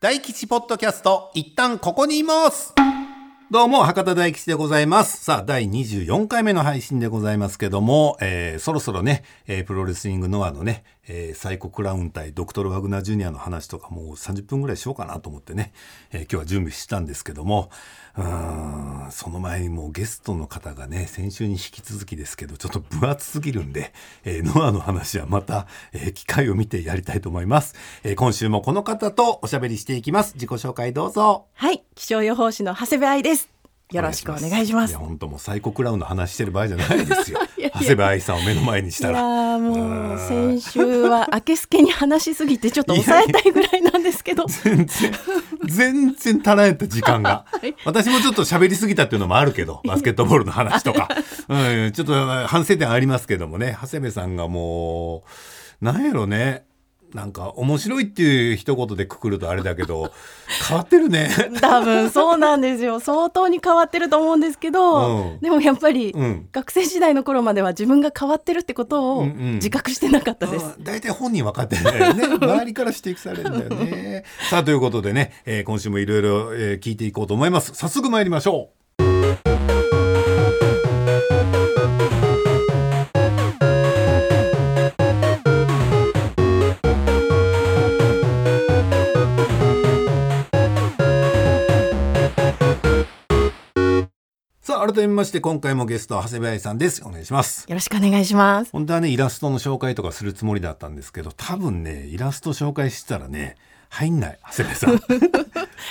大吉ポッドキャスト、一旦ここにいますどうも、博多大吉でございます。さあ、第24回目の配信でございますけども、えーそろそろね、えープロレスリングノアのね、えーサイコクラウン対ドクトル・ワグナー・ジュニアの話とかもう30分ぐらいしようかなと思ってね、えー今日は準備したんですけども、うーん、その前にもうゲストの方がね、先週に引き続きですけど、ちょっと分厚すぎるんで、えーノアの話はまた、えー機会を見てやりたいと思います、えー今週もこの方とおしゃべりしていきます。自己紹介どうぞ。はい、気象予報士の長谷部愛です。よろしくお願いします。やい本当もうサイコクラウンの話してる場合じゃないですよ いやいや長谷部愛さんを目の前にしたやらーもううん先週は明けすけに話しすぎてちょっと抑えたいぐらいなんですけど、全然全然足らんやった時間 が、い私もちょっと喋りすぎたっていうのもあるけどバスケットボールの話とか、うん、ちょっと反省点ありますけどもね長谷部さんがもうなんやろねなんか面白いっていう一言でくくるとあれだけど変わってる ね。多分そうなんですよ。相当に変わってると思うんですけうどん、でもやっぱりうん学生時代の頃までは自分が変わってるってことをうんうん自覚してなかったです。うん大体本人分かってないよ ね周りから指摘されるんだよねさあということでね、えー今週もいろいろえー聞いていこうと思います早速参りましょうさあ改めまして今回もゲストは長谷部愛さんですお願いしますよろしくお願いします。本当はねイラストの紹介とかするつもりだったんですけど多分ねイラスト紹介してたらね入んない長谷部さ ん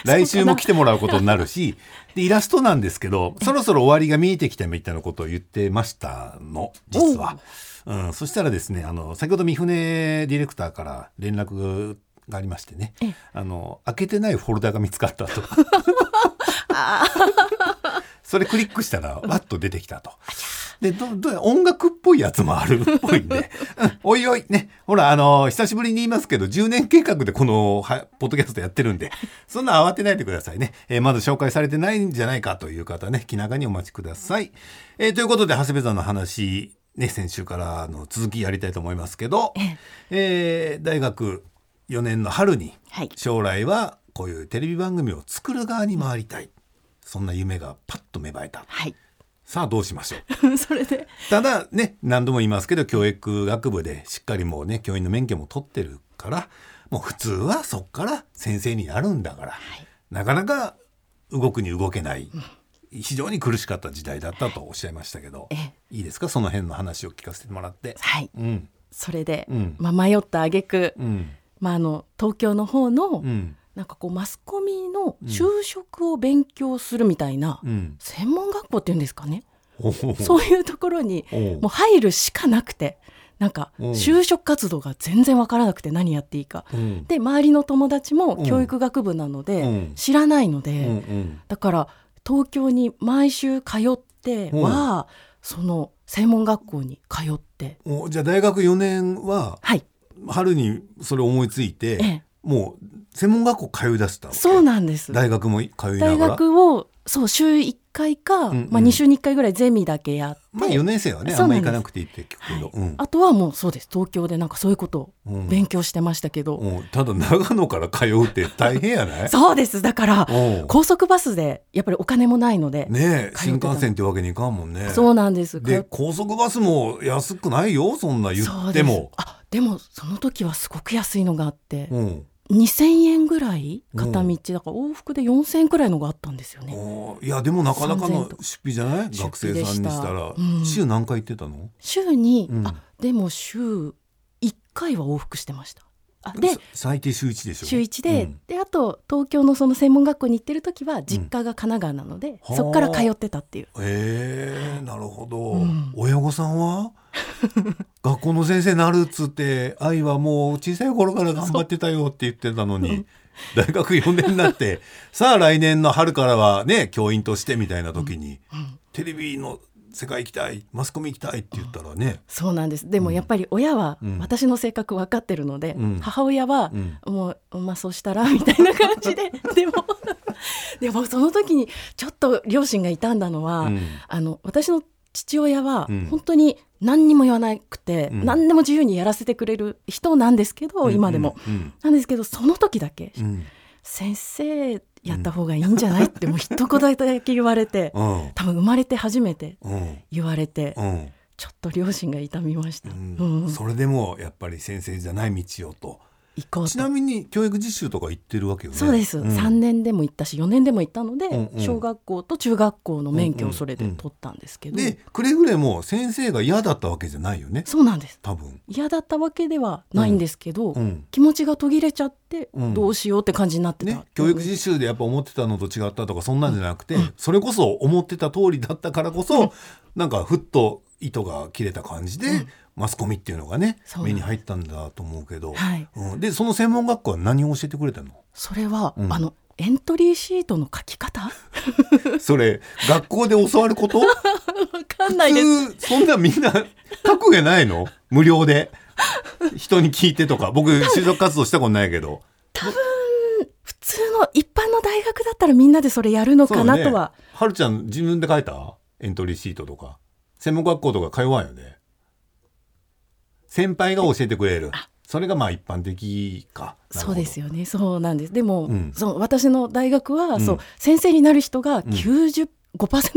来週も来てもらうことになるしでイラストなんですけどそろそろ終わりが見えてきたみたいなことを言ってましたの実は、うん、そしたらですねあの先ほど三船ディレクターから連絡がありましてねええあの開けてないフォルダが見つかったと あ それクリックしたらわっと出てきたと。でどどうや音楽っぽいやつもあるっぽいん で、うん、おいおいねほらあのー久しぶりに言いますけど10年計画でこのはポッドキャストやってるんでそんな慌てないでくださいね、えーまだ紹介されてないんじゃないかという方ね気長にお待ちください、えーということで長谷部さんの話ね先週からの続きやりたいと思いますけど、えー大学4年の春にはい将来はこういうテレビ番組を作る側に回りたいそんな夢がパッと芽生えたはい。さあどうしましょう それで、ただね何度も言いますけど教育学部でしっかりもうね教員の免許も取ってるからもう普通はそっから先生になるんだから、なかなか動くに動けない非常に苦しかった時代だったとおっしゃいましたけどええいいですかその辺の話を聞かせてもらって。はい。うんそれでうん、まあ迷った挙句、うんまああの東京の方うのんなんかこうマスコミの就職を勉強するみたいなうん専門学校っていうんですかね、おほほそういうところにおうもう入るしかなくてなんかうん就職活動が全然わからなくて何やっていいか。うんで周りの友達うもん教育学部なのうんで知らないのうんうでんだから東京に毎週通ってはその専門学校に通っておじゃあ大学4年ははい春にそれ思いついて、ええもう専門学校通い出したわけそうなんです。大学も通いな大がら学をそう週1回か、うんうんまあ、2週に1回ぐらいゼミだけやって、まあ4年生はねあそんうまな行かんですなくていいって聞くけど、うんあとはもうそうです東京でなんかそういうことうをん勉強してましたけど、うんただ長野から通うって大変やない そうですだからうん高速バスでやっぱりお金もないので、ねえた新幹線ってわけにいかんもんねそうなんですでか高速バスも安くないよそんな言そうっでてすもあでもその時はすごく安いのがあって、うん2,000円ぐらい片うん道だから往復で4,000円くらいのがあったんですよね、おいやでもなかなか3000のとか出費じゃない出学費生でさんしたにしたら、うん週何回行ってたの週に、うんあでも週1回は往復してましたあでさ最低週1でしょ週1で、うんであと東京のその専門学校に行ってる時は実家が神奈川なので、はあそこから通ってたっていうえー、なるほど、うん親御さん は学校の先生になるっつって愛はもう小さい頃から頑張ってたよって言ってたのに大学4年にな ってさあ来年の春からはね教員としてみたいな時に、テレビの世界行きたいマスコミ行きたいって言ったらね、そうなんですでもやっぱり親はうん私の性格分かってるので、うん母親はうんもう、まあそうしたらみたいな感じ ででもでもその時にちょっと両親が傷んだのは、うんあの私の父親はうん本当に何にも言わなくて、うん何でも自由にやらせてくれる人なんですけど、今でも。うんなんですけどその時だけうん先生やった方がいいんじゃない、ってもう一言だけ言われてうん多分生まれて初めてうん言われて、うんちょっと両親が痛みました、うんうん、それでもやっぱり先生じゃない道をと行こうちなと。みに教育実習とか行ってるわけよねそうです、ん3年でも行ったし4年でも行ったので、うんうん小学校と中学校の免許をそれで取ったんですけど、でくれぐれも先生が嫌だったわけじゃないよねそうなんです多分嫌だったわけではないんですけど、うん気持ちが途切れちゃってうんどうしようって感じになってた、ね、教育実習でやっぱ思ってたのと違ったとかそんなんじゃなくて、それこそ思ってた通りだったからこそ、なんかふっと糸が切れた感じで、マスコミっていうのがねそうな目んですに入ったんだと思うけど、はいうん、でその専門学校は何を教えてくれたのそれは、うんあのエントリーシートの書き方 わそれ学校で教わることか んないです普通そんなみんな書くやないの無料で人に聞いてとか僕就職活動したことないけど。普通の一般の大学だったらみんなでそれやるのかなとは、そうね、はるちゃん自分で書いたエントリーシートとか専門学校とか通わんよね先輩が教えてくれるそれがまあ一般的かそうですよよねそうなんですでも、うんそう私の大学は、うんそう先生になる人が95%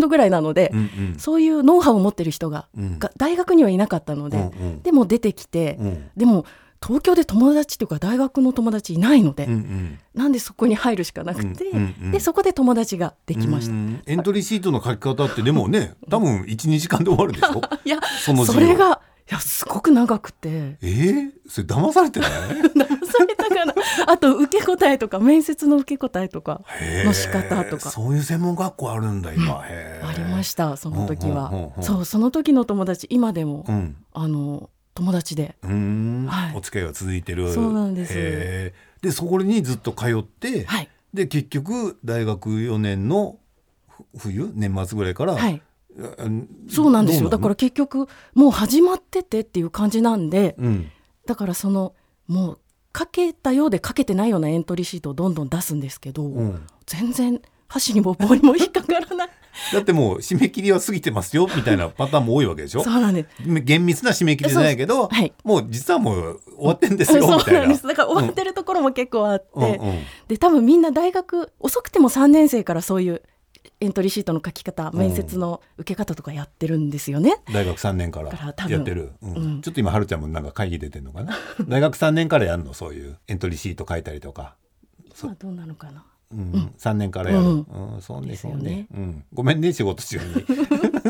ぐらいなので、うんうんそういうノウハウを持ってる人が,が、うん大学にはいなかったので、うんうんでも出てきて、うんでも東京で友達というか大学の友達いないので、うんうんなんでそこに入るしかなくて、うんうんうんでそこで友達ができました。うんエントリーシートの書き方ってでも ね多分12時間で終わるでしょいやそのそ授業れがいやすごく長くてえー、それ騙されてない騙されたかなあと受け答えとか面接の受け答えとかへー の仕方とかそういう専門学校あるんだ今、へーありましたその時は、うんうんうんうんそうその時の友達今でも、うんあの友達でうーん、はいお付き合いが続いてる。そうなんですへーでそこにずっと通って、はいで結局大学4年のふ冬年末ぐらいから、はいあんそうなんですよどだうから結局もう始まっててっていう感じなんでのうんだからそのもうかけたようでかけてないようなエントリーシートをどんどん出すんですけど、うん、全然箸にも棒にも引っかから ないだってもう締め切りは過ぎてますよみたいなパターンも多いわけでしそょうなんです厳密な締め切りじゃないけど、そうはいもう実はもう終わってんですそうよみたいな。なんですだから終わってるところも結構あって、うんうんで多分みんな大学遅くても3年生からそういうエントリーシートの書き方ん面接の受け方とかやってるんですよね。大学3年からだから多分やってる、うんうんちょっと今はるちゃんもなんか会議出てんのかな大学3年からやるのそういうエントリーシート書いたりとか今どうなのかな。 うん、3年からやる、ううんんそうねですそうよねねうん、ごめんね仕事中 に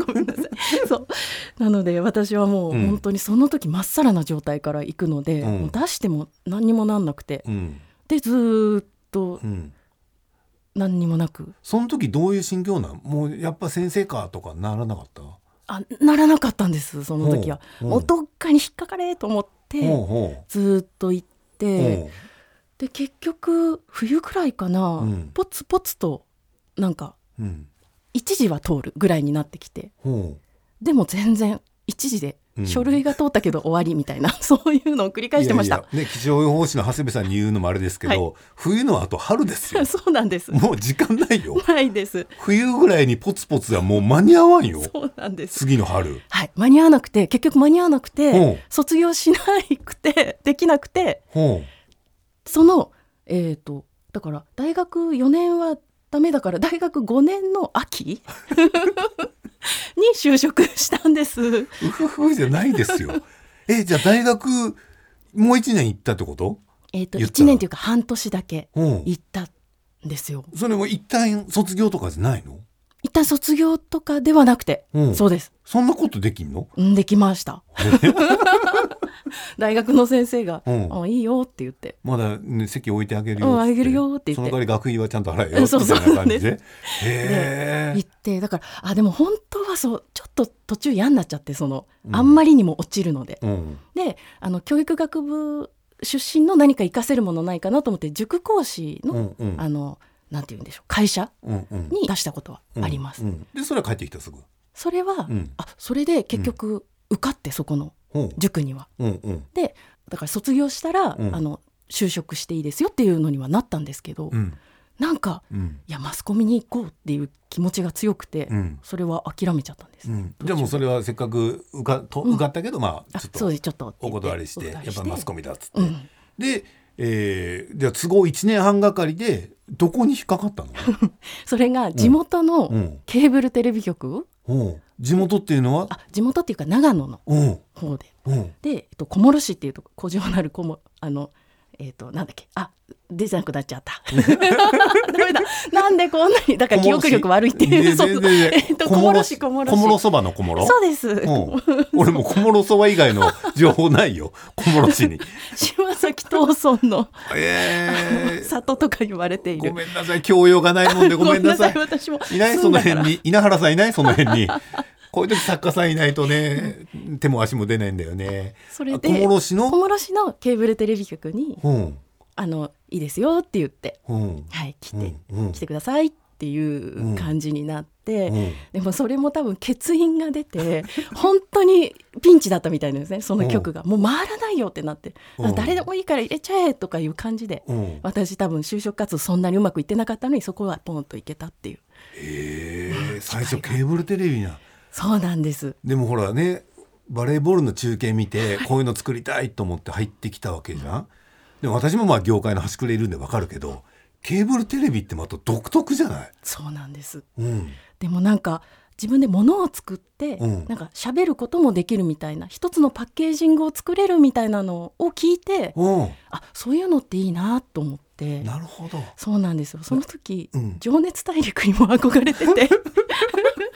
ごめんなさい。そうなので私はもううん本当にその時まっさらな状態から行くので、うんもう出しても何にもなんなくて、うん、でずーっとうん、何にもなくその時どういう心境なんもうやっぱ先生かとかならなかったあならなかったんですその時は。うんうんもうどっかに引っかかれと思っほうてほずーっと行っうて。ほで結局冬くらいかな、うんポツポツとなんかううん一時は通るぐらいになってきてほでも全然一時でうん書類が通ったけど終わりみたいな、 そういうのを繰りう返してましたいやいやね、気象予報士の長谷部さんに言うのもあれですけど、冬の後春ですよ そうなんですもう時間ないよないです冬ぐらいにポツポツはもう間に合わんよそうなんです次の春はい間に合わなくて結局間に合わなうくんて卒業しなくて できなくてほそのえっ、とだから大学4年はダメだから大学5年の秋 に就職したんです。ううふふじゃないです よえじゃあ大学もう一年行ったってことえー、と言ったら1年というか半年だけうん行ったんですよ。それも一旦卒業とかじゃないの一旦卒業とかではなくて、うんそうです。そんなことできんのうん、でき ました。大学の先生が、うんあいいよって言って。まだ、ね、席置いてあげるようんあげるよって言ってその代わり学費はちゃんと払えようみん そうそたういな感じででへえ行ってだからあでも本当はそうちょっと途中嫌になっちゃってその、うんあんまりにも落ちるので、うんであの教育学部出身の何か活かせるものないかなと思って塾講師うの、んうんあのなんて言うんでしょう会社うんうんに出したことはあります。うんうんでそれは帰ってきたすぐそれは、うんあそれで結局受かってそこのほう塾には。うんうんでだから卒業したら、うんあの就職していいですよっていうのにはなったんですけど、うんなんかうんいやマスコミに行こうっていう気持ちが強くて、うんそれは諦めちゃったんです。うんじゃあもうそれはせっかく受かと受かったけどまああちょっそうでとすちょっとってお言って断りしてやっぱマスコミだっつってうんでえー、じゃあ都合1年半がかりでどこに引っかかったの、それが地元うのんケーブルテレビ局うん、地元っていうのはあ地元っていうか長野のうん方でうんで、えっと、小諸市っていうとこ小城なる小諸あのえっとなんだっけあ出てなくなっちゃった ダメだなんでこんなにだから記憶力悪いっていうそうそう えっと小諸市小諸市小諸そばの小諸そうです、うん、俺も小諸そば以外の情報ないよ小諸 市に。 島崎藤村のえー、里とか言われていごるめんなさい教養がないもんでごめんなさい。私もいない住そんのだから辺に稲原さんいないその辺に。こういう時作家さんいないとね手も足も出ないんだよね。それあで小諸市の小諸市のケーブルテレビ局にうん「あのいいですよ」って言ってうん「はい来て、うんうん来てください」っていう感じになって、うんでもそれも多分欠員が出 て本当にピンチだったみたいなんですねその局が、もう回らないよってなって、うんあ誰でもいいから入れちゃえとかいう感じで、うん。私多分就職活動そんなにうまくいってなかったのにそこはポンといけたっていうえー、最初ケーブルテレビな。そうなんですでもほらねバレーボールの中継見てこういうの作りたいと思って入ってきたわけじゃん。でも私もまあ業界の端くれいるんでわかるけどケーブルテレビってまた独特じゃない、そうなんですうん、でもなんか自分で物を作って、うんなんか喋ることもできるみたいな一つのパッケージングを作れるみたいなのを聞いて、うんあそういうのっていいなと思ってなるほど。そうなんですよその時、うん情熱大陸にも憧れてて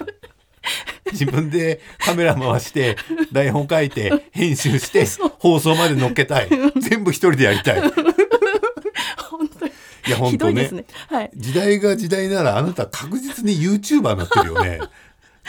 自分で カメラ回して台本書い て編集して放送まで乗っけたい全部一人でやりたい本当にいや本ひ当どいねですねはい時代が時代ならあなた確実に YouTuber になってるよ ね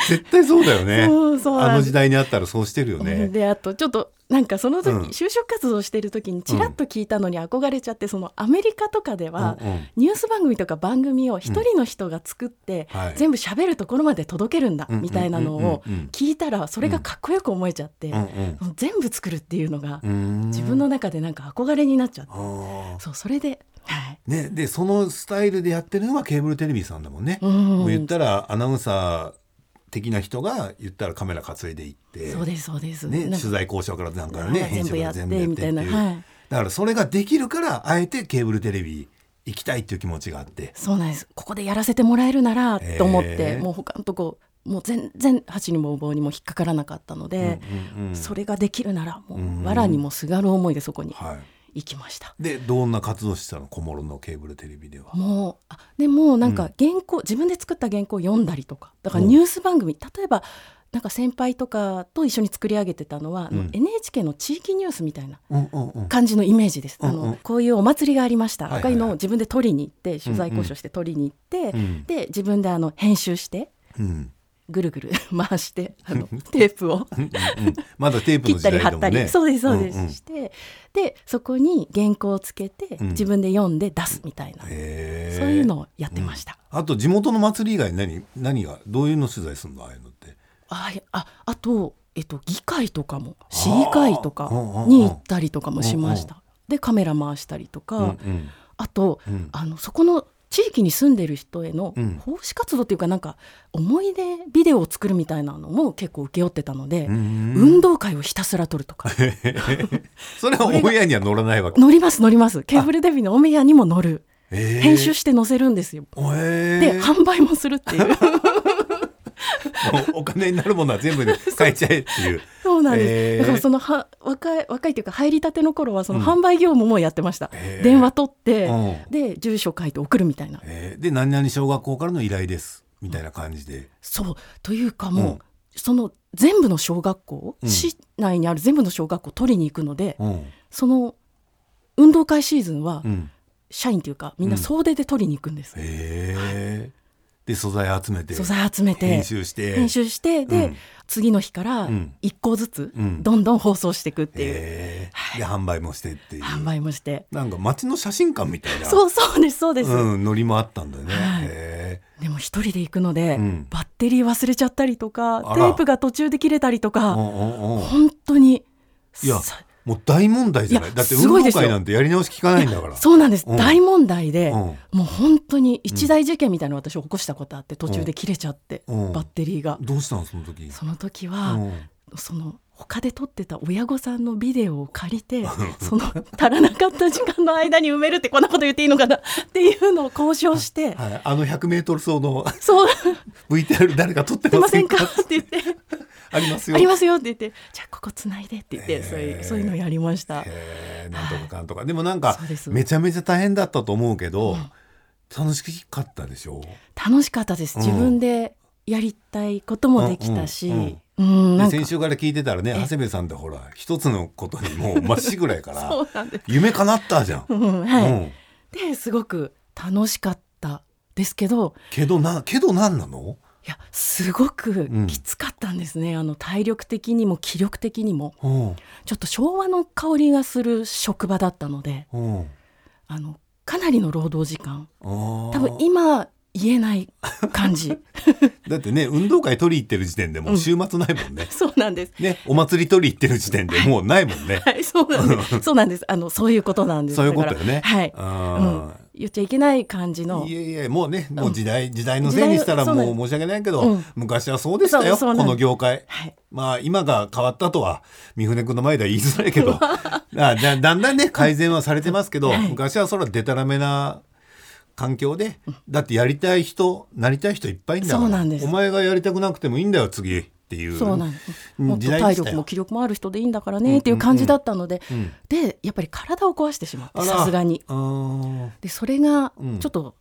絶対そうだよねそうそうなんですあの時代にあったらそうしてるよねであとちょっとなんかその時、うん就職活動してる時にちらっと聞いたのに憧れちゃって、そのアメリカとかでは、うんうんニュース番組とか番組を一人の人が作って、はい全部喋るところまで届けるんだ、うんうんみたいなのをうんうん聞いたらそれがかっこよく思えちゃって、うんうんその全部作るっていうのがうーん自分の中でなんか憧れになっちゃって、あーそうそれで、はいねでそのスタイルでやってるのがケーブルテレビさんだもんね、うんもう言ったらアナウンサー的な人が言ったらカメラ担いでいってそうですそうです、ね、なん取か材交渉からなんからねなんか編集から全全部部ややっっててっていうみたいなはいだからそれができるからあえてケーブルテレビ行きたいっていう気持ちがあってそうなんですここでやらせてもらえるならと思って、へーもう他のとこもう全然箸にも棒にも引っかからなかったので、うんうんうんそれができるならもうんうわらにもすがる思いでそこには行きました。い、でどんな活動してたの小諸のケーブルテレビでは。もうあでもなんうか原稿、自分で作った原稿を読んだりとかだからニュース番組例えばなんか先輩とかと一緒に作り上げてたのは、あうのん NHK の地域ニュースみたいなうんうんうん感じのイメージです、うんあうのんこういうお祭りがありました、はいはい他のを自分で取りに行って取材交渉して取りに行って、うんで自分であの編集してうんぐるぐ る回して あのテープをうんうんまだテープ切のっ時たり代貼だっもたんり、ね。そうですそうです、んんしてでそこに原稿をつけて、ん自分で読んで出すみたいな、へーそういうのをやってました。あと地元の祭り以外に何何がどういうの取材するのああいうのって。あいああと、えっと、議会とかも市議会とかあーうんうんうんに行ったりとかもしました。でカメラ回したりとか、うんあと、うんあのそこの地域に住んでる人へのうん奉仕活動っていうかなんか思い出ビデオを作るみたいなのも結構請け負ってたので、うん運動会をひたすら撮るとかそれはオンエアには乗らないわけ。乗ります乗りますケーブルデビューのオンエアにも乗る編編集して載せるんですよ。でで販売もするっていう お金になるものは 全部で買えちゃえっていう。そうなんです、へーだからそのは若い若いというか入りたての頃はそのうん販売業務もやってました、へー電話取って、うんで住所書いて送るみたいなえーで何々小学校からの依頼ですみたいな感じで。そうというかもう、うんその全部の小学校、うん市内にある全部の小学校を取りに行くので、うんその運動会シーズンはうん社員というかみんな総出で取りに行くんです、へえで素材集めて素材集めて編集して。編集してで、うん次の日からうん1個ずつうんどんどん放送していくっていう、へーで販売もしてっていう。販売もして、なんか街の写真館みたいな。そうそうですそうです、うん、ノリもあったんだよね。はいへでも一人で行くので、うんバッテリー忘れちゃったりとかテあらープが途中で切れたりとえ。うかんうんうん。本当にいやさもう大問題じゃないいやだって運すごい動ですよ会なんてやり直し聞かないんだから。そうなんです、うん大問題で、うんもう本当に一大事件みたいなのを私起こしたことあって途中で切れちゃって、うんバッテリーが、どうしたのその時。その時は、うんその他で撮ってた親御さんのビデオを借 りてその足らなかった時間の間に埋めるってこんなこと言っていいのかなっていうのを交渉してはい、あの 100m 走の そう VTR 誰か撮ってすいまませせんんかかって言ってありますよありますよって言ってじゃあここつないでって言って、へーそういうそういうのやりましたへーなんとかかんとかでもなんかそうですめちゃめちゃ大変だったと思うけど、楽しかったでしょ楽しかったですうん自分でやりたいこともできたし、ううんんうなんか先週から聞いてたらね長谷部さんってほら一つのことに もうまっしぐらいかそらうなんです、夢叶ったじゃん、うんはいうん、ですごく楽しかったですけどけどなけどなんなの、いやすごくうんきつかったんですね、あの体力的にも気力的にもうんちょっと昭和の香りがする職場だったのでうん、あのかなりの労働時間多多分今言えない 感じだってね運動会取り行ってる時点でもう週末ないもんね、そうなんですねお祭り取り行ってる時点でもうないもんね、はいそうな んですそうなんですあのそういうことなんですそういうことよだねからはい、うんあ、言っちゃいけない感じのいやいやもうねもう時代、時代のせいにしたら時代そうなもんうで申し訳ないけど、うん昔はそうでしたよそうそうなんこの業界はいまあ今が変わったとは三船君の前では言いづらいけどだだだんだんね改善はされてますけど、はい昔はそれはでたらめな環境でだってやりたい人なりたい人いっぱいいんだからそうなんですお前がやりたくなくてもいいんだよ次っていうそうなんですうんもっと時代で体したよ力も気力もある人でいいんだからねっていう感じだったので、うんでやっぱり体を壊してしまってあらさすがにあーでそれがうんちょっと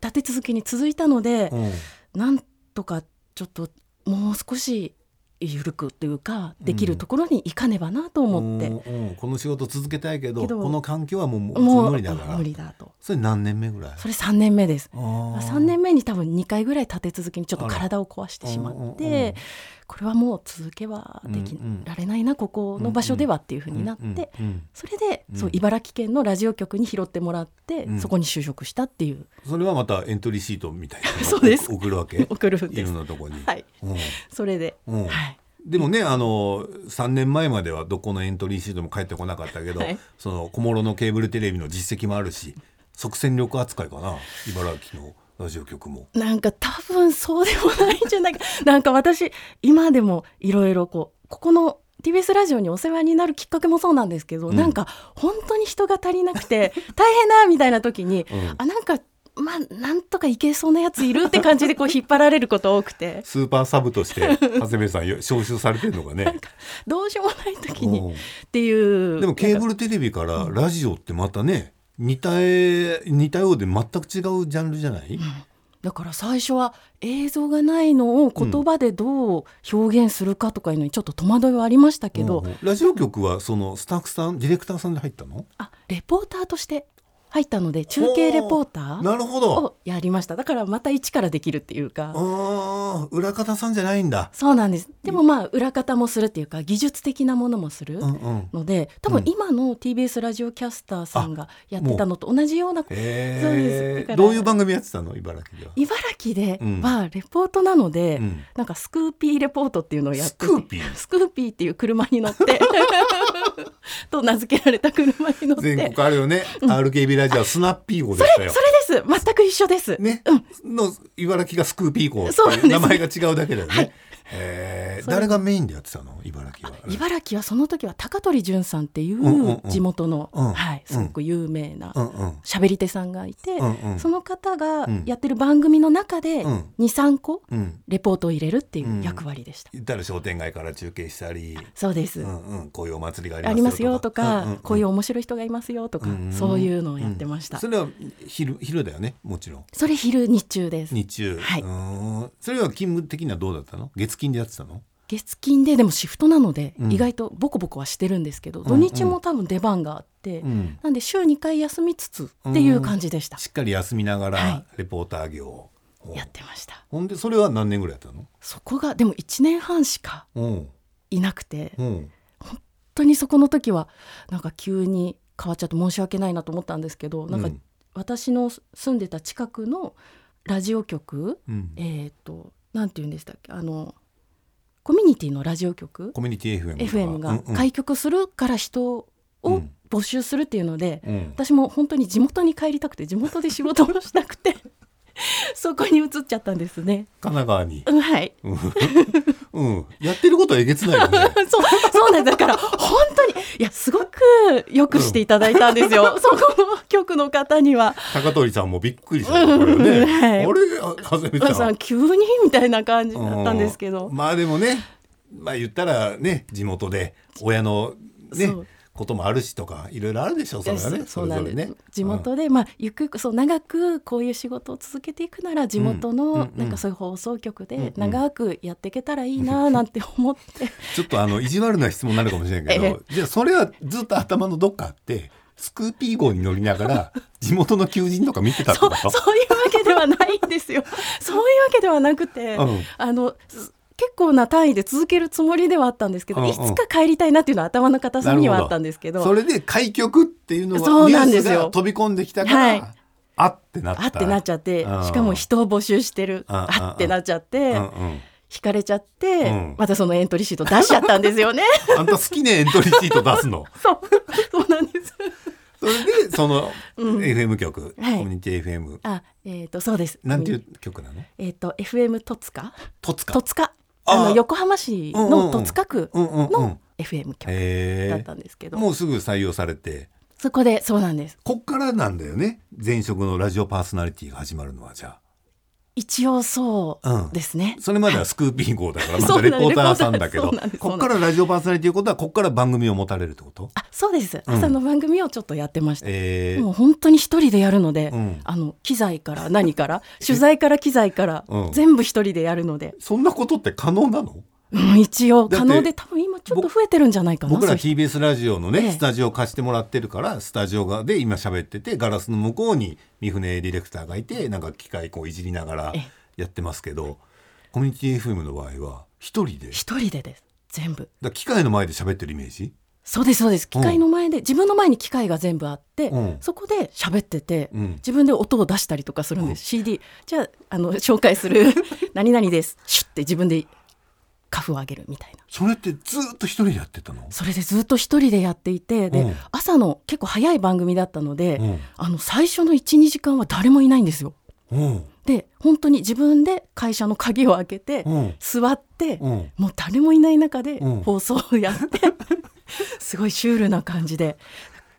立て続けに続いたのでう、んなんとかちょっともう少し緩くというかできるところに行かねばなと思って、うんうんこの仕事続けたいけどけどこの環境はもうももうう無理だから無理だとそれ何年目ぐらいそれ3年目ですあ3年目に多分2回ぐらい立て続けにちょっと体を壊してしまあらっうんうんうんてこれはもう続けはできうんうんられないなここの場所ではっていうふうになってうんうんうんそれでうんそう茨城県のラジオ局に拾ってもらってうんそこに就職したっていう それはまたエントリーシートみたいなのをそうで す送るわけい送るんでろすん。なとこに、はい、それで、うんうんはい、でもねあの3年前まではどこのエントリーシートも返ってこなかったけど、はいその小諸のケーブルテレビの実績もあるし即戦力扱いかな茨城のラジオ局も。なんか多分そうでもないんじゃないか なんか私今でもいろいろこうここの TBS ラジオにお世話になるきっかけもそうなんですけど、うんなんか本当に人が足りなくて 大変だみたいな時に、うんあなんかまあなんとかいけそうなやついるって感じでこう引っ張られること多く てスーパーサブとして長谷部さんよ招集されてるのがね。どうしようもない時うにんっていうでもケーブルルテレビからラジオってまたね似たえ似たようで全く違うジャンルじゃない、だから最初は映像がないのを言葉でどう表現するかとかいうのにちょっと戸惑いはありましたけど、うんうんラジオ局はそのスタッフさんディレクターさんで入ったのあレポーターとして入ったので中継レポーターなるほどをやりましただからまた一からできるっていうかあー裏方さんじゃないんだそうなんですでもまあ裏方もするっていうか技術的なものもすうるんうんので多分今の TBS ラジオキャスターさんがやってたのと同じようなそうですえだかー、らどういう番組やってたの茨城では、茨城でうんはレポートなので、うんなんかスクーピーレポートっていうのをやっててスクーピースクーピーっていう車に乗って と名付けられた車に乗って全国あるよね、RKB ラジオはスナッピー号でしたよそれです全く一緒です、ね、の茨城がスクーピー号ってそうなんいうです名前が違うだけだよね、はいえーそれ誰がメインでやってたの茨城は茨城はその時は高取淳さんっていんうんううん地元の、うんはい、すごく有名なうんうん喋り手さんがいて、うんうんその方がうんやってる番組の中でうん23個うんレポートを入れるっていう役割でした、言ったら商店街から中継したり、そうです、うんうん、こういうお祭りがあありりまますすよよととかか、うんうんうんこういう面白い人がいますよとか、うんそういうのをやってました、それは昼昼だよねもちろんそれ昼日中です日中、はいうーんそれは勤務的にはどうだったの月金でやってたの月金ででもシフトなので、うん意外とボコボコはしてるんですけどんう土ん日も多分出番があって、うんなんで週2回休みつつっていう感じでした、しっかり休みながはらいレポーター業を、ほうやってましたほんでそれは何年ぐらいやったのそこがでも1年半しかうんいなくて本うん当にそこの時はなんか急に変わっちゃって申し訳ないなと思ったんですけどなんうかん私の住んでた近くのラジオ局、うんえっ、となんて言うんでしたっけあのコミュニティのラジオ局コミュニティ FM とか FM がうんうん開局するから人うをん募集するっていうので、うん私も本当に地元に帰りたくて地元で仕事をしたく てそこに移っちゃったんですね。神奈川に、うんはいうんうん、やってることはえげつないよね そう、そうなんですだから、本当に、いや、すごくよくしていただいたんですよ。 そこの局の方には。高取さんもびっくりしたよこれはね、うん はいあれあはずみまあささんん、急にみたいな感じだったんですけうど。まあでもねまあ言ったらね地元で親のねそうこともあるしとかいろいろあるでしょうそれはねそそうれなぞんれですね地元で、まあ、ゆくゆくそう長くこういう仕事を続けていくなら地元の、うんうんうんなんかそういう放送局うんうんで長くやっていけたらいいななんて 思って、ちょっとあの意地悪な質問になるかもしれ ないけど、じゃあそれはずっと頭のどっかあって、スクーピー号に乗りなが ら地元の求人とか見てたってそこうとそういうわけではないんですよ。そういうわけではなくて、うんあのす結構な単位で続けるつもりではあったんですけど、うんうんいつか帰りたいなっていうのは頭の片隅にはあったんですけどそれで開局っていうのそがうニュなんーでスすよが飛び込んできたから、はいあってなった。あってなっちゃって、うんしかも人を募集してる、うんうんうんあってなっちゃって、うんうん、惹かれちゃって、うんまたそのエントリーシート出しちゃったんですよ ね。あんた好きねエントリーシート出すの。そうそうなんです。それでそのうん FM 局、はいコミュニティ FM あ、えっ、とそうです。なんていう局なの？えっ、と FM 戸塚トツカ戸。塚ああの横浜市の戸塚区うんうんうん。の FM 局だっへたんですけえ。ど、もうすぐ採用されて。そこでそうなんです。こっからなんだよね前職のラジオパーソナリティが始まるのはじゃ一応そうですね。あそれまではスクーピー号だからまたそうなレんですポーターさんだけそどうなんですこっからラジオパーソナリティいうことはこっから番組を持たれるってことあ、そうです。うん朝の番組をちょっとやってました。えーもう本当に一人でやるので、うんあの機材から何から 取材から機材からうん全部一人でやるので、そんなことって可能なのうん一だ応って可能で多分今ちょっと増えてるんじゃないかな。僕そらういう人 TBS ラジオのえねえスタジオ貸してもらってるからスタジオがで今喋っててガラスの向こうに三船ディレクターがいてなんか機械こういじりながらええやってますけどコミュニティ FM の場合は一人でだか一人でです。全部。ら機械の前で喋ってるイメージそうですそうです。機械の前で、自分の前に機械が全部あって、うんそこで喋ってて、うん自分で音を出したりとかするんです。CD じゃああの紹介する 何々です。シュって自分でカフを上げるみたいな。それってずーっと一人でやってたのそれでずっと一人でやっていて、で、うん朝の結構早い番組だったので、うんあの最初の1、2時間は誰もいないんですよ。うんで、本当に自分で会社の鍵を開けて、うん座って、うんもう誰もいない中でうん放送をやって、すごいシュールな感じで、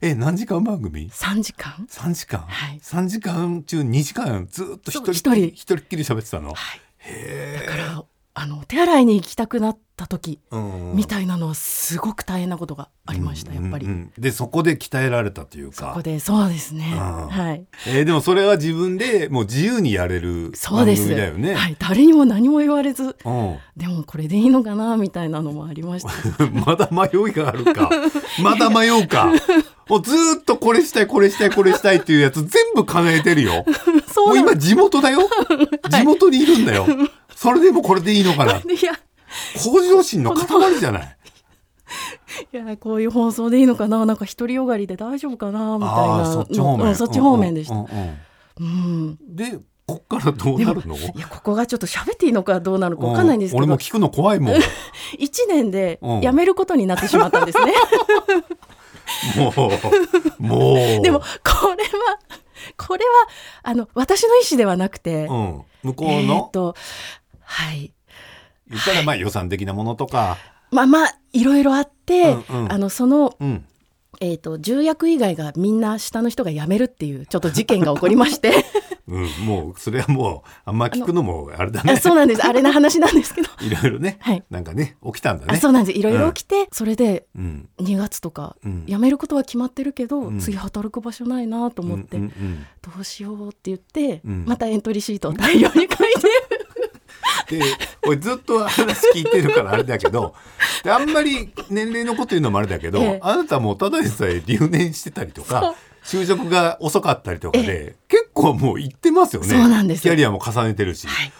え何時間番組3時間三時間、はい三時間中二時間ずっと一人そう一人一人っきり喋ってたの、はいへだからあのお手洗いに行きたくなった時え、うんみたいなのはすごく大変なことがありました、やっぱり、うんうんでそこで鍛えられたというこかこでそうですね、うんはい えーでもそれは自分でもう自由にやれるそう番で組す、だよね、はい、誰にも何も言われずうん でもこれでいいのかなみたいなのもありましたまだ迷いがあるかまだ迷う かもうずーっとこれしたいこれしたいこれしたいっていうやつ全部叶えてる よそもううなん今地元 だよ地元にいるんだよそれでもこれでいいのか なでいや向上心の塊じゃ ないいやこういう放送でいいのかななんか独りよがりで大丈夫かなみたいあなあーそっち方う面んそっち方面でした、うんうんうんうんでこっからどうなるのいやここがちょっと喋っていいのかどうなのかわかんないんですけうど、俺も聞くの怖いもん1年でうん辞めることになってしまったんですね。も うも うでもこれはこれはあの私の意思ではなくて、うん、向こうえーっの、とはい言ったらまあ予算的なものとか、まあまあいろいろあって、うんうんあのその、うん、えーっと重役以外がみんな下の人が辞めるっていうちょっと事件が起こりましてうん、もうそれはもうあんま聞くのもあれだあ ねそうなんですあれな話なんですけど、いろいろね、はいなんかね起きたんだあねそうなんですいろいろ起きて、それでうん2月とかうん辞めることは決まってるけど、うん次働く場所ないなと思って、うんうんうんどうしようって言って、うんまたエントリーシートを大量に 書いてで俺ずっと話聞いてるからあれだけどであんまり年齢のこと言うのもあれだけど、ええあなたもうただでさえ留年してたりとそかう就職が遅かったりとかで結構もう行ってますよねそうなんですキャリアも重ねてるし、はい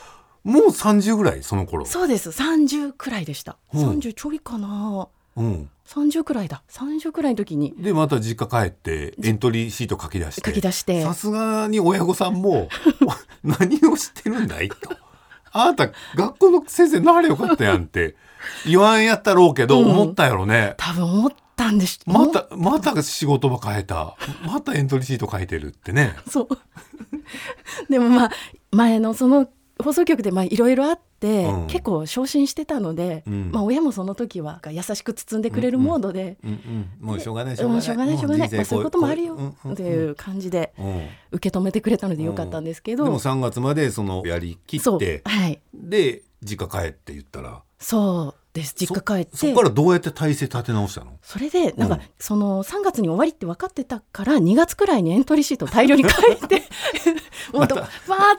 もう30ぐらいその頃そうです30くらいでした、うん30ちょいかなうん、 30くらいだ30くらいの時にでまた実家帰ってエントリーシート書き出して書き出してさすがに親御さんも 「お何を知ってるんだい?」と。あなた学校の先生になれよかったやんって言わんやったろうけどうん思ったやろね、多分思ったんですま思ったまた仕事場変えたま たエントリーシート書いてるってねそうでもまあ前のその放送局でまあいろいろあって、うん結構昇進してたので、うんまあ、親もその時は優しく包んでくれるモードで、うんうん、もうしょうがないしょうがなもういしょうがないしょうがない、ま人あ、生そういうこともあるよこうってうんいう感じでうんうん受け止めてくれたのでよかったんですけど、でも3月までそのやりきっそうてはいで実家帰って言ったらそうです実家帰ってそこからどうやって体制立て直したのそれでなんか、うんその3月に終わりって分かってたから2月くらいにエントリーシートを大量に書い てもうとバーっ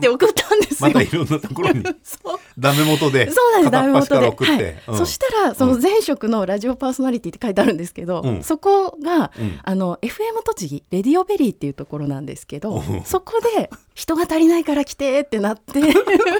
て送ったんですよ。またいろんなところ にそうダメ元でそうなんですダメ片っ端元かで、ら送って、はいそしたらその前職のラジオパーソナリティって書いてあるんですけど、うんそこがて、うんあの FM 栃木レディオベリーっていうところなんですけどうんそこで人が足りないから来てってなって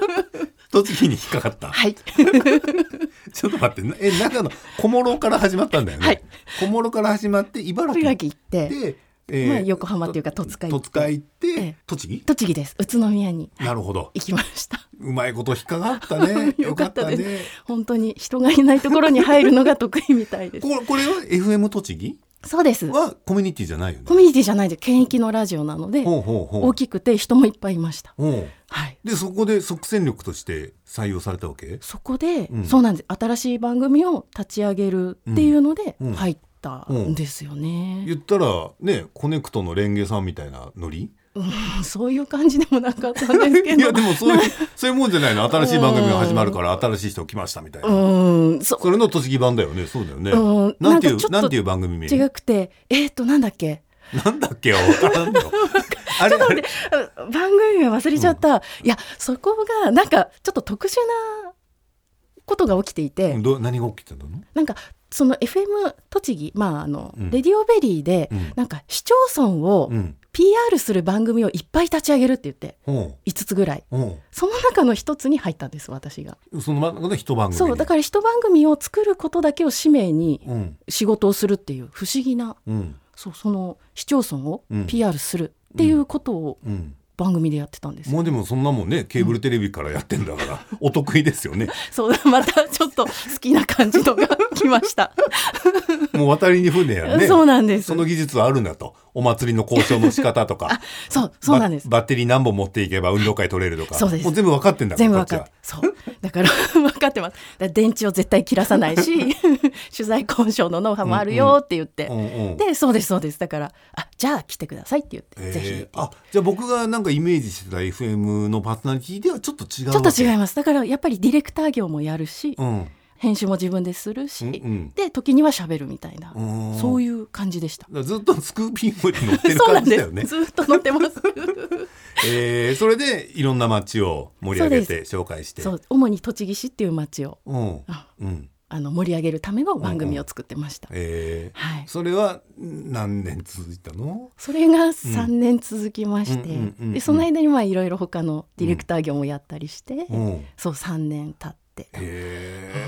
栃木に引っかかったはいちょっと待ってえ中の小諸から始まったんだよね、はい小諸から始まって茨城茨行っ城行ってて、えまあ横浜っていうか戸塚行っ戸て塚行って、ええ栃木栃木です宇都宮になるほど行きました。うまいこと引っかかったね よかったですよね本当に人がいないところに入るのが得意みたいです。これこれは FM 栃木そうです。はコミュニティじゃないよねコミュニティじゃないで県域のラジオなのでほうほうほう大きくて人もいっぱいいました。ほうはい。でそこで即戦力として採用されたわけそこで、うんそうなんです。新しい番組を立ち上げるっていうのでうん入ったんですよね。言ったらねコネクトのレンゲさんみたいなノリうんそういう感じでもなかったんですけいやどで。もそういうそういうもんじゃないの新しい番組が始まるから新しい人来ましたみたいな、うん、そそれの栃木版だよねそうだよね、うんなんていなんかちうょっとなんていう番組名う違くて、えっ、となんだっけ。なんだっけよ分からん よあれあれあ番組名忘れちゃった。いやそこがなんかちょっと特殊なことが起きていて。ど何が起きてたの、なんかその FM 栃木、まああのうんレディオベリーで、うんなんか市町村をうん PR する番組をいっぱい立ち上げるって言ってほ5つぐらいうほその中の一つに入ったんです私が、うその番組で一番組そうだから一番組を作ることだけを使命にうん仕事をするっていう不思議なうんそうその市町村をうん PR するっていうことをうん番組でやってたんですよ、もうでもそんなもんねケーブルテレビからやってんだから、お得意ですよねそうまたちょっと好きな感じのが来ました、もう渡りに船やね そうなんですその技術はあるんだとお祭りの交渉の仕方とかそうそうなんですババッテリー何本持っていけば運動会取れるとかそうですもう全部分かってんだから全部分かってそうだから 分かってますだから電池を絶対切らさない し取材交渉のノウハウもあるよって言って、こっちはうんうんでそうですそうですだからあじゃあ来てくださいって言って、えーぜひあじゃあ僕がなんかイメージしてた FM のパーソナリティではちょっと違うちょっと違う、いますだからやっぱりディレクター業もやるし、うん編集も自分でするうし、んうんで時には喋るみたいな、うんそういう感じでした。ずっとスクーピングに乗ってる そうな感んじだでよす、ね。ずっと乗ってます えー、それでいろんな街を盛り上げそうて紹介して。そう主に栃木市っていう町をうんあうんあの盛り上げるための番組を作ってました、えーはいそれは何年続いたのそれが3年続きまして、うんうんうんうんでその間にまあいろいろ他のディレクター業もやったりして、うんそう3年経って、え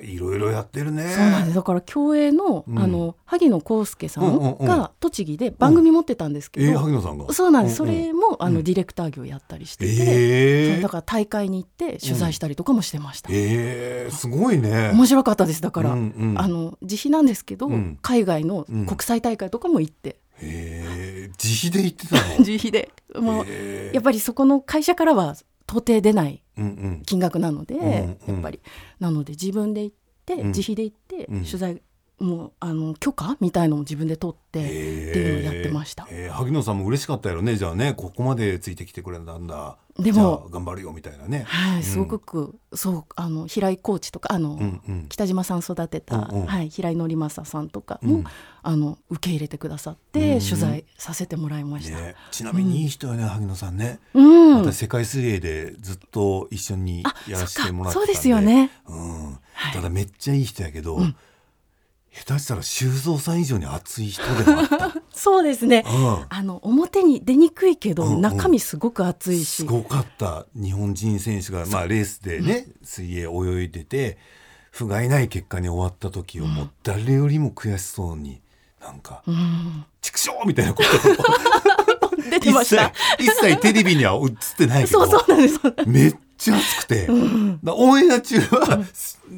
ー、いろいろやってるね。そうなんですだから競泳の,、うんあの萩野公介さうんうんんうんが栃木で番組持ってたんですけえど、ー、萩野さんが。そうなんです、うんうんそれもあうの、んディレクター業やったりしてて、えそうえだから大会に行って取材したりとかもしてました、ええすごいね。面白かったですだから、うんうんあの自費なんですけど、うん海外のうん国際大会とかも行って、ええ自費で行ってたの。自費でもう、ええやっぱりそこの会社からは到底出ないうんうん。金額なので、うんうんやっぱりなので自分で行って、うん自費で行って、うん取材もうあの許可みたいのも自分で取って、っていうのをやってましたええ萩野さんも嬉しかったやろねじゃあねここまでついてきてくれたんだでもじゃあ頑張るよみたいなねはい、すごうんく、そうあの平井コーチとかあの、うんうん北島さん育てた、うんうんはい、平井則正さんとかも、うんあの受け入れてくださって、うん取材させてもらいました。ね、ちなみにいい人よね、萩野さんね、うん、私世界水泳でずっと一緒にあやらせそてっもらかってたそんうでですよね。うんはいただめっちゃいい人やけど、下手したら修造さん以上に熱い人でもあ った、そうですね。うんあの表に出にくいけど、うんうん中身すごく熱いすし、ごかった日本人選手が、まあ、レースでね、水泳泳いでて不甲斐ない結果に終わった時をもう誰よりも悔しそうになんかうん、 「畜生!」みたいなことを出て一まし切た。一切テレビには映ってないけど そうそうなんです。めっちゃ熱くて、だオンエア中は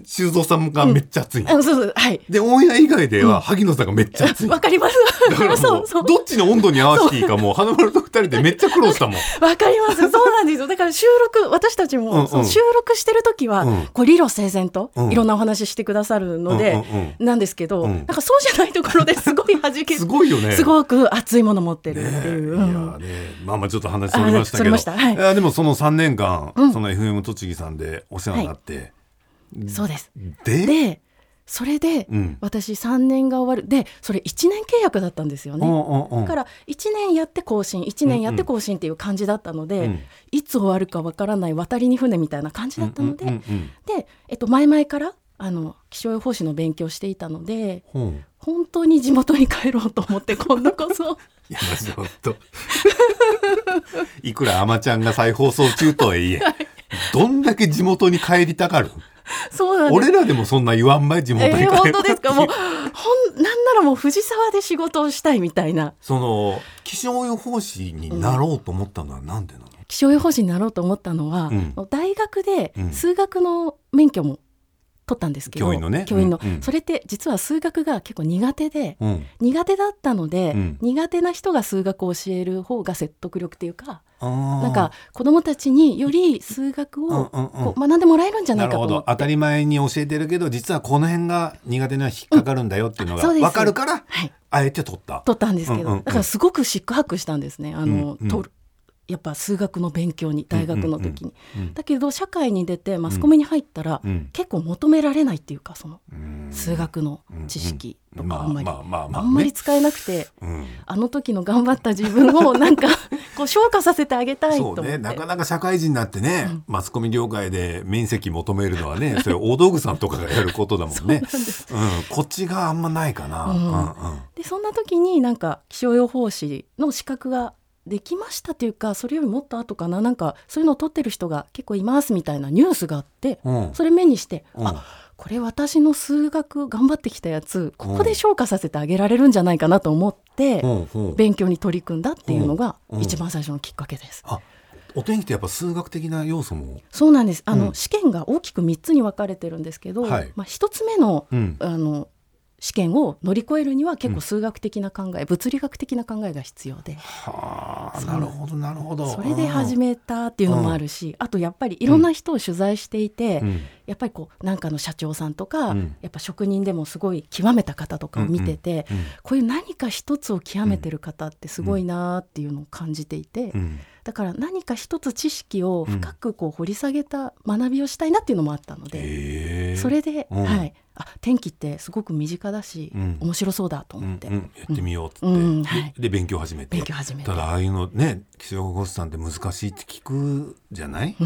修造さんがめっちゃ熱い、あそうそうはいでオンエア以外では萩野さんがめっちゃ熱い、わかりますだからそもうそううどっちの温度に合わせていいかもう花丸と二人でめっちゃ苦労したもんわかり ますそうなんですよだから収録私たちも、うんうんその収録してる時は、うんこう理路整然と、うんいろんなお話ししてくださるので、うんうんなんですけど、うんなんかそうじゃないところですごい弾 けてすごいよねすごく熱いもの持ってるっていう。いやうんーね、まあまあちょっと話それましたけど、あそれましたはいやでもその3年間、うんその FM 栃木さんでお世話になって、そうですででそれで、うん私3年が終わるでそれ1年契約だったんですようね。んうんうんだから1年やって更新1年やって更新っていう感じだったので、うんいつ終わるかわからない渡りに船みたいな感じだったので、うんうんで、えっと、前々からあの気象予報士の勉強していたのでうんうん本当に地元に帰ろうと思って今度こ そい やマジで本当いくらあまちゃんが再放送中とはいえどんだけ地元に帰りたがるそうなんです。俺らでもそんな言わんばい地元に帰える、ー、本当ですかもうほんなんならもう藤沢で仕事をしたいみたいなその気象予報士になろうと思ったのはなんでなの、気象予報士になろうと思ったのは、うん大学でうん数学の免許も取ったんですけど、教員のね員のうんうんそれって実は数学が結構苦手で、うん苦手だったので、うん苦手な人が数学を教える方が説得力っていうか、あーなんか子どもたちにより数学をうんうんうんこう学んでもらえるんじゃなないるかとほ思どって、当たり前に教えてるけど実はこの辺が苦手な引っかかるんだよっていうのうんがあそうです分かるからはい、あえて取った。取ったんですうけど、んうんうんだからすごくシックハックしたんですねあの、うんうん取るやっぱ数学の勉強に大学の時に。うんだけど社会に出てマスコミに入ったら、うん結構求められないっていうかそのうん数学の知識とかあんまり、まあまあまあまああねんまり使えなくてうんあの時の頑張った自分をなんかこう昇華させてあげたいとそ思うって、ねなかなか社会人になってね、マスコミ業界で面積求めるのは ねそれ大道具さんとかがやることだもんねそうなんですうん、こっちがあんまないかな、ううんんうんでそんな時になんか気象予報士の資格ができましたというかそれよりもっと後かななんかそういうのを取ってる人が結構いますみたいなニュースがあって、うんそれ目にして、うんあこれ私の数学頑張ってきたやつここで昇華させてあげられるんじゃないかなと思って、ほうほう勉強に取り組んだっていうのがうん一番最初のきっかけです。あお天気ってやっぱ数学的な要素も、そうなんです。あの、うん試験が大きく三つに分かれてるんですけど、はいまあ一つ目の、うんあの試験を乗り越えるには結構数学的な考え、物理学的な考えが必要で、はあそうなるほどなるほどそれで始めめたっていうのもあるし、あとやっぱりいろんな人を取材していて、うんやっぱりこうなんかの社長さんとか、うんやっぱ職人でもすごい極めた方とかを見てて、うんうんこういう何か一つを極めてる方ってすごいなーっていうのを感じていて。うんだから何か一つ知識を深くこう掘り下げた学びをしたいなっていうのもあったので、へえそれで、うんはい、あ天気ってすごく身近だし、うん面白そうだと思って、うんうん、やってみようっつって、うんうんはいで勉強始めて勉強始めてただああいうのね気象予報士さんって難しいって聞くじゃない、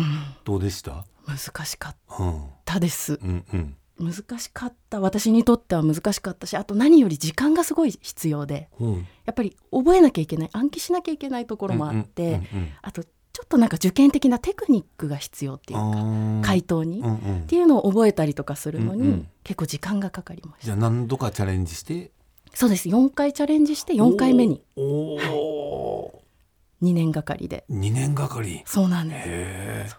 どうでした、難しかっうん、たですうんうん難しかった私にとっては難しかったしあと何より時間がすごい必要でうんやっぱり覚えなきゃいけない暗記しなきゃいけないところもあって、うんうんあとちょっとなんか受験的なテクニックが必要っていうかうん、回答に、うんうっんていうのを覚えたりとかするのに、うんうん結構時間がかかりましたじゃあ何度かチャレンジしてそうです4回チャレンジして4回目におお2年がかりで2年がかりそうなんですへえ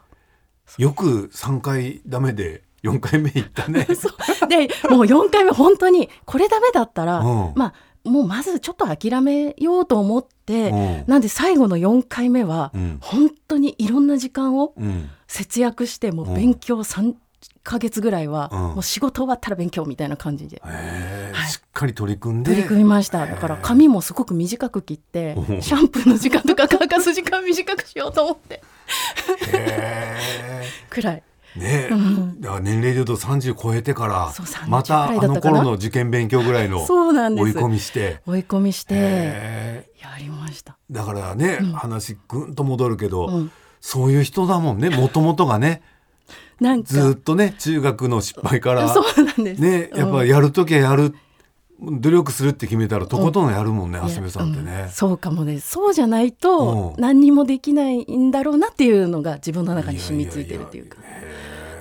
よく3回ダメで4回目いったね そうでもう4回目本当にこれダメだったら、うんまあもうまずちょっと諦めようと思って、うんなんで最後の4回目は、うん本当にいろんな時間をうん節約してもうんう勉強3ヶ月ぐらいは、うんもう仕事終わったら勉強みたいな感じで。へえはいしっかり取り組んで取り組みましただから髪もすごく短く切ってうんシャンプーの時間とか乾かす時間短くしようと思ってへえくらいねえ、だから年齢でいうと30超えてからそう30またあくらいだっのたかな頃の受験勉強ぐらいのそうなんです追い込みして。追い込みしてへえやりました。だからね、話ぐんと戻るけど、うんそういう人だも んねもともとがねなんかずーっとね中学の失敗からそうなんです。ねやっぱり、やる時はやる努力するって決めたらとことんやるもんねう蓮見、さんっていやうね。そうかもです。そうじゃないとうん何にもできないんだろうなっていうのが自分の中に染みついてるというか。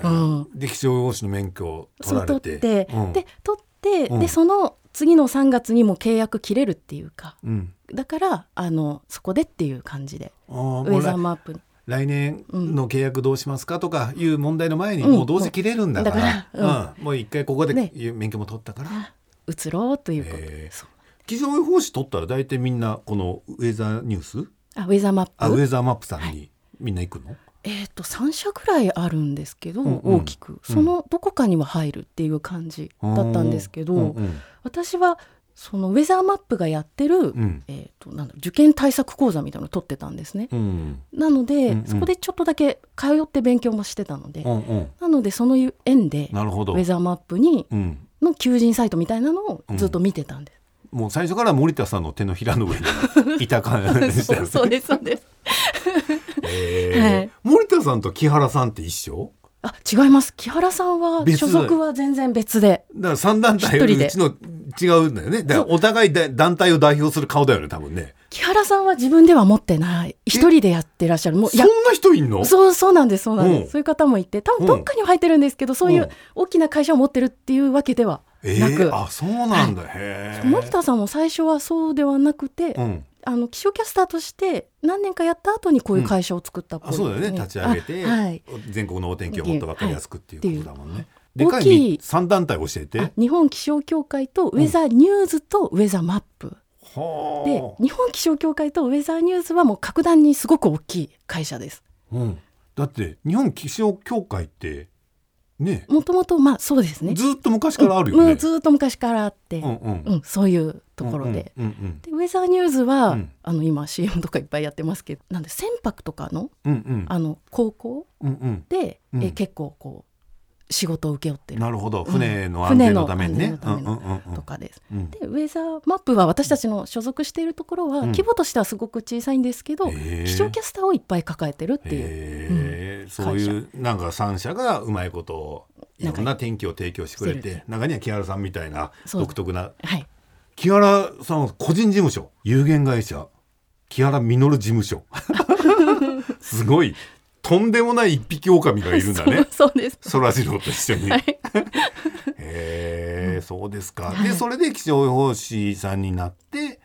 うん。で気象予報士の免許を取そうら取れってて、でうん取って、うんでその次の3月にも契約切れるっていうか。うん、だからあのそこでっていう感じであーもウうェザーマップに来年の契約どうしますかとかいう問題の前に、もうどうせ切れるんだから、うんだからうんもう一回ここでね免許も取ったから、移ろうということ、へーそう気象予報士取ったら大体みんなこのウェザーニュースあウェザーマッあウプェザーマップさんにみんな行くの、えっと3社ぐらいあるんですけど、うんうん大きくそのどこかには入るっていう感じだったんですけど、うんうん私はそのウェザーマップがやってる、うんえー、となんだ受験対策講座みたいなのを取ってたんですね。うんなので、うんうんそこでちょっとだけ通って勉強もしてたので、うんうんなのでその縁でなるほウどェ、ザーマップにうん、の求人サイトみたいなのをずっと見てたん です。もう最初から森田さんの手のひらの上にいた感じでしたそようね そうですそうです。えーはい森田さんと木原さんって一緒あ違います木原さんは別所属は全然別でだから三団体より一うちの違うんだよねだからお互いだ団体を代表する顔だよね多分ね木原さんは自分では持ってない一人でやってらっしゃるもうそんいやな人いんのそうそうなんですそうなんです、うんそういう方もいて多うん分どっかには入ってるんですけど、そういううん大きな会社を持ってるっていうわけではえーなく、あそうなんだ、へえ森田さんも最初はそうではなくて、うん、あの気象キャスターとして何年かやった後にこういう会社を作ったっぽあい、そうだよね立ち上げて、あはい全国のお天気をもっと分かりやすくっていうことだもんね、いでかい大きい3団体教えてあ日本気象協会とウェザーニューズとウェザーマップ、では日本気象協会とウェザーニューズはもう格段にすごく大きい会社ですあ、うん、だって日本気象協会ってねもともとまあそうですねずっと昔からあるようねん、ずーっと昔からあって、ううんんうんそういうところで,、でうんうんウェザーニューズは、うんあの今 CM とかいっぱいやってますけどなんで船舶とかのうんうんあの高校うんうんで、うんえ結構こう仕事を請け負ってるなるほどうん船の安全のために船ねの安全のためうんうんうんうんとかです。うんでウェザーマップは私たちの所属しているところは、うん規模としてはすごく小さいんですけど、へえ気象キャスターをいっぱい抱えてるっていう。へえそういうなんか三社がうまいことをいろんな天気を提供してくれて中には木原さんみたいなそう独特なはい、木原さんは個人事務所有限会社木原実事務 所すごいとんでもない一匹狼がいるんだねそうそうです。そらジローと一緒に。はへい、えそうですか。はいでそれで気象予報士さんになって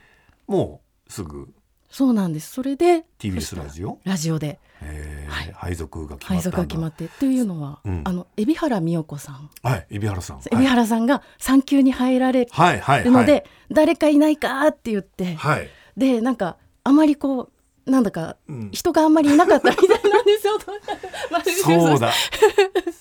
もうすぐそうなんです。それで TBS ラジオ、ラジオでへえはい配属が決ま配ったん属だ。が決まってっていうのは、うんあの海老原美代子さんはい海老原さん。海老原さんが産休に入られるはいはいはいので、誰かいないかって言って、はい。でなんかあまりこうなんだかうん人があんまりいなかった みたいなんですよ。マルシェそうだ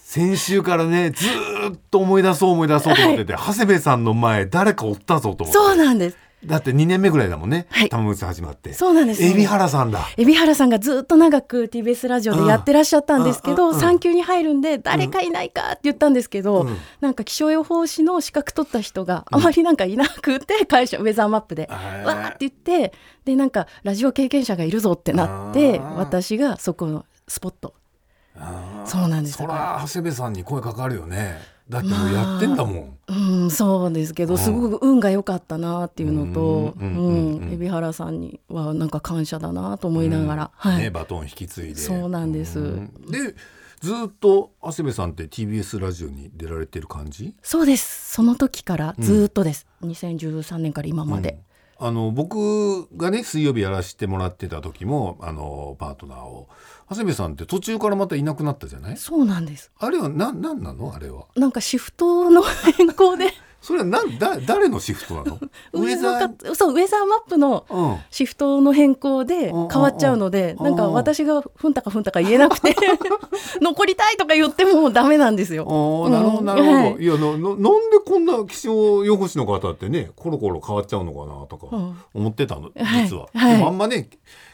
先週からねずーっと思い出そう思い出そうと思ってて、長谷部さんの前誰かおったぞと思ってそうなんです。だって2年目ぐらいだもんね、はい玉結始まってそうなんです。海老原さんだ海老原さんがずっと長く TBS ラジオでやってらっしゃったんですうんけうんどうん産休に入るんで誰かいないかって言ったんですけど、うんなんか気象予報士の資格取った人があまりなんかいなくて会社ウェザーマップでへわーーって言ってでなんかラジオ経験者がいるぞってなってあー私がそこのスポットあーそうなんですそら長谷部さんに声かかるよねだってもうやってんだもん、うんそうですけうどんすごく運が良かったなっていうのとううんんうんうんうん海老原さんにはなんか感謝だなと思いながら、はいね、バトン引き継いでそうなんですでずーっと長谷部さんって TBS ラジオに出られてる感じそうですその時からずっとです、2013年から今まで、あの僕がね水曜日やらせてもらってた時もあのパートナーを長谷部さんって途中からまたいなくなったじゃないそうなんですあれはななんなのあれはなんかシフトの 変更でそれはなんだ誰のシフトなのウ 上ェのザーかそうウェザーマップのうんシフトの変更で変わっちゃうのでうんうんなうんんか私がふんたかふんたか言えな くて残りたいとか言ってもダメなんですよ。おーうんなるほどなるほど、はいい、やなななんでこんな気象予報士の方ってねコロコロ変わっちゃうのかなとうかん思ってたの、はい実は、はいでもあんまね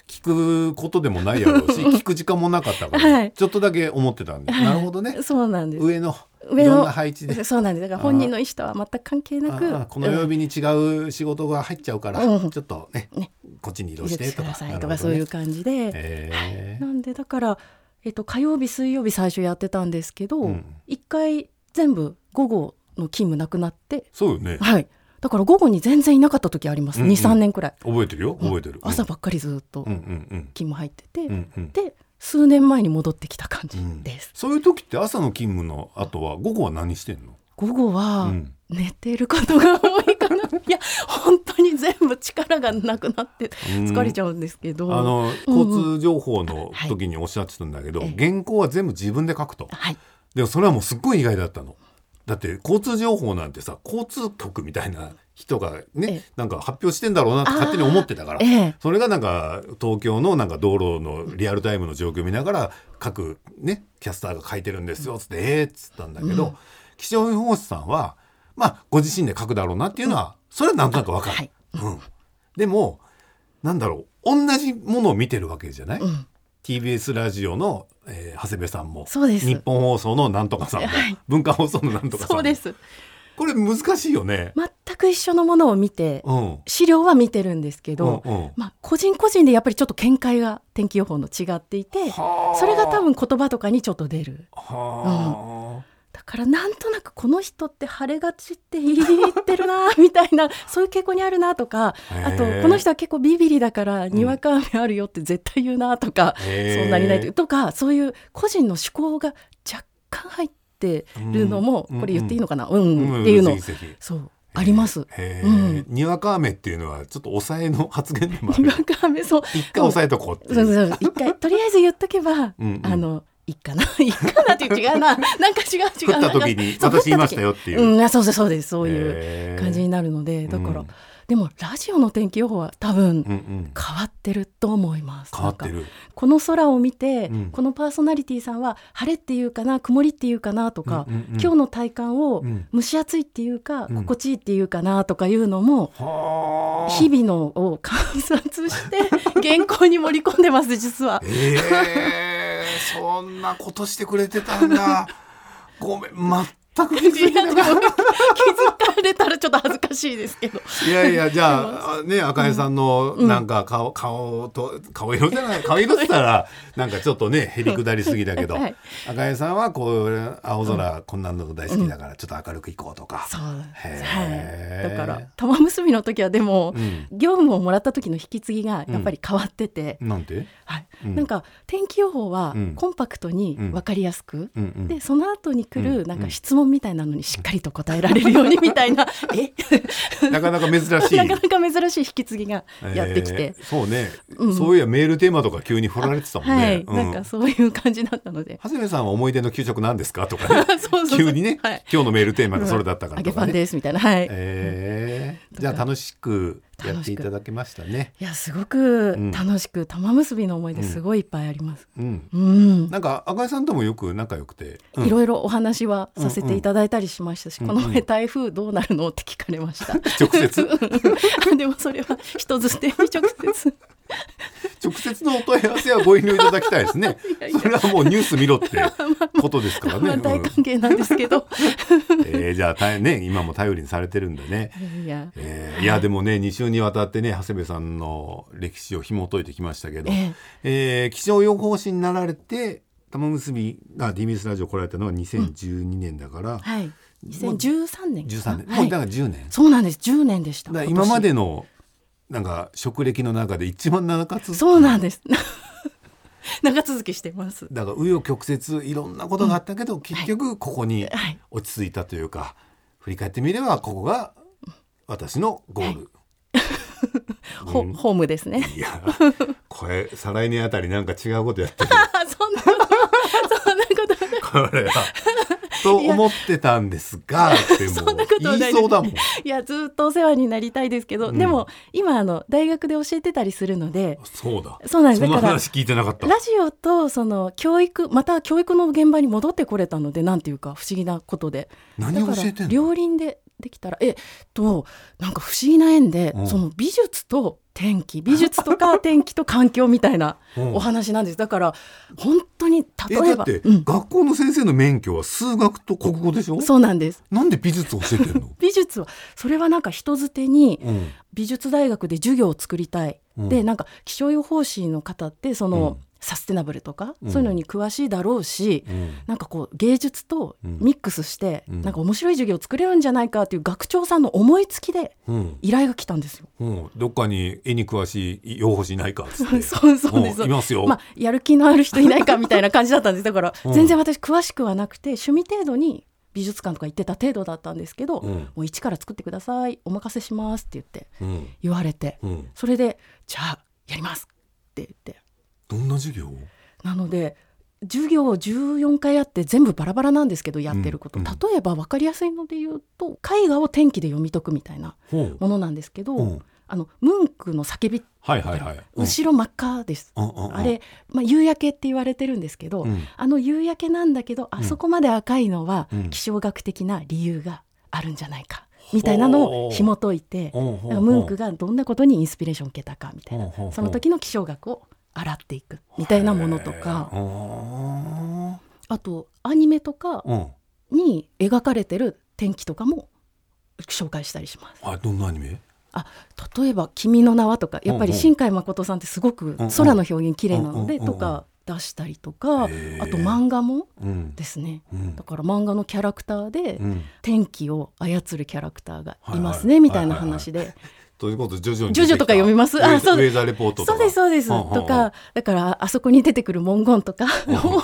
聞くことでもないやろうし聞く時間もなかったから、 はいちょっとだけ思ってたんで、なるほどねそうなんです。上の上いのろんな配置で。そうなんです。だから本人の意思とは全く関係なああく、この曜日に違う仕事が入っちゃうから、うんちょっとねねこっちに移うん動してとくかださいとかそういう感じで、えなんでだから、えっと、火曜日水曜日最初やってたんですけど、うん一回全部午後の勤務なくなって、そうよねはい、だから午後に全然いなかった時あります、うんうん23年くらい覚えてるよ覚えてる、朝ばっかりずっとうんう勤ん務入ってて、うんうんうんで数年前に戻ってきた感うじんです、そういう時って朝の勤務の後は午後は何してんの？午後うはん寝てることが多いかないや本当に全部力がなくなって疲れちゃうんですけど、あの交通情報の時におっしゃってたんだけど、はい原稿は全部自分で書くと、はいでもそれはもうすっごい意外だったのだって交通情報なんてさ交通局みたいな人がえねえなんか発表してんだろうなって勝手に思ってたから、あーええそれがなんか東京のなんか道路のリアルタイムの状況見ながら各ねキャスターが書いてるんですよつって「ええっつったんだけど、気象予報士さんはまあご自身で書くだろうなっていうのは、それはなんとなくわかる。はいうん、でもなんだろう同じものを見てるわけじゃない、うん TBS ラジオの、えー長谷部さんもそうです日本放送のなんとかさんも、はい文化放送のなんとかさんそもうですこれ難しいよね。全く一緒のものを見てうん資料は見てるんですけど、うんうんまあ、個人個人でやっぱりちょっと見解が天気予報の違っていてはあそれが多分言葉とかにちょっと出るはだからなんとなくこの人って晴れがちって入ってるなみたいなそういう傾向にあるなとかへえあとこの人は結構ビビリだからにわか雨あるよって絶対言うなとか、あ、へえそうなりないととかそういう個人の思考が若干入ってるのも、うんこれ言っていいのかな、うんううんんっていうの、ぜひぜひそうあります。へえ、うんにわか雨っていうのはちょっと抑えの発言でもあに るわか雨そう一回抑えとこうっていそううそう一回とりあえず言っとけば、うんうんあのいいかな いいかなっていう違うななんか違う違う降った時 に私言いましたよよっていうう、んあそうそうそうですそういういう感じになるので、だから、うんでもラジオの天気予報は多分うんうん、変わってると思います変わってなんかるこの空を見て、うんこのパーソナリティさんは晴れっていうかな曇りっていうかなとか、うんうんうん今日の体感をうん蒸し暑いっていうか、うん心地いいっていうかなとかいうのも、はあ日々のを観察 して原稿に盛り込んでます実は。ええそんなことしてくれてたんだ。ごめん、全く気づいいてやなでも気かっづかれたらちょっと恥ずかしいですけど。たいやい や、じゃあ、ね、赤江さんの、なんか顔、顔と、顔色じゃ ない、顔色って言ったら、なんかちょっとね、へりくだりすぎだけど、はい赤江さんは、こう、青空、こんなの大好きだから、ちょっと明るく行こうとか。そうはへい、ーだから玉結びの時はでも、うん。業務をもらった時の引き継ぎがやっぱり変わってて、なんてはいうんなんか天気予報はうんコンパクトに分かりやすく、うんうん。でその後に来うるんなんか質問みたいなのにしっかりと答えられるようにみた いな、えなかなか珍しい。 なかなか珍しい引き継ぎがやってきてえ、ーそうね、うんそういやメールテーマとか急に振られてたもんはねい、。なんうかそういう感じだったので 長谷部さんは思い出の給食なんですかとかねそうそうそう急にね、はい今日のメールテーマがそれだった「か揚らげとパかンね。です」みたいなはい、え ーじゃあ楽しくやっていただけましたね。いやすごく楽しく、玉結びの思い出すごいいっぱいあります。うん、うん、なんか赤井さんともよく仲良くて、うんいろいろお話はさせていただいたりしましたし、うんうんこの前台風どうなるのって聞かれ ました。直 接でもそれは人づてに直接。直接のお問い合わせはご遠慮いただきたいです ね。それはもうニュース見ろってことですからね。まあ 大うん歓迎なんですけど。 えーじゃあ大ね今も頼りにされてるんでね。いや、えーいやでもね2週にわたってね長谷部さんの歴史を紐解いてきましたけど、ええー気象予報士になられて玉結びが DBS ラジオ来られたのは2012年だから、はい。2013年か13な。年、はもういだから10年そうなんです。10年でした。だから今今年までのなんか職歴の中で一番長かつそうなんです。 長続きしてます。だから紆余曲折いろんなことがあったけど、結局ここにはい落ち着いたというか、振り返ってみればここが私のゴール。ほホームですね。いやこれ再来年あたりなんか違うことやってる そんなこと、そんなこと ない。これは。と思ってたんですがってもそんなこうとはない言いそうだもん。いやずっとお世話になりたいですけど、うんでも今あの大学で教えてたりするのでそうだ。そうなんですそのだから話聞いてなかった。ラジオとその教育また教育の現場に戻ってこれたのでなんていうか不思議なことで何を教えだかてんらの？両輪でできたらえっとなんか不思議な縁で、うんその美術と天気美術とか天気と環境みたいなうんお話なんですだから本当にえ例えだっばて、うん、学校の先生の免許は数学と国語でしょ？そうなんですなんで美術を教えて ？んの美術はそれはなんか人づてにうん美術大学で授業を作りたい、うんでなんか気象予報士の方ってその、うんサステナブルとか、うんそういうのに詳しいだろうし、うんなんかこう芸術とミックスして、うんなんか面白い授業を作れるんじゃないかっていう学長さんの思いつきでうん依頼が来たんですよ。うんどっかに絵に詳しい養護士いないかっつって。 そうそうですんいますよ。まあ、 やる気のある人いないかみたいな感じだったんですだから、うん全然私詳しくはなくて趣味程度に美術館とか行ってた程度だったんですけど、うんもう一から作ってくださいお任せしますって言ってうん言われて、うんそれでじゃあやりますって言ってどんな授業なので授業14回あって全部バラバラなんですけどやってること、うんうん例えば分かりやすいので言うと絵画を天気で読み解くみたいなほうものなんですけど、うんあのムンクの叫び、はいはいはいうん後ろ真っ赤です、うんうんうんあれ、まあ、夕焼けって言われてるんですけど、うんあの夕焼けなんだけどあそこまで赤いのはうん気象学的な理由があるんじゃないか、みたいなのを紐解いて、ほうほうほうムンクがどんなことにインスピレーションを受けたかみたいな、ほうほうほうその時の気象学を洗っていくみたいなものとかへーああとアニメとかーうんに描かれてる天気とかも紹介したりします。あどんなアニメあ例えば「君の名は」とかやっぱりうんうん新海誠さんってすごく空の表現綺麗なのうんでうんうんうとんか出したりとかあとへー漫画もうんですねうんだから漫画のキャラクターでうん天気を操るキャラクターがいますはいはいねみたいな話でということで徐々にジョジョとか読みますウェあザそうウェザーレポートとかそうですそうですうんうんうんとかだからあそこに出てくる文言とかを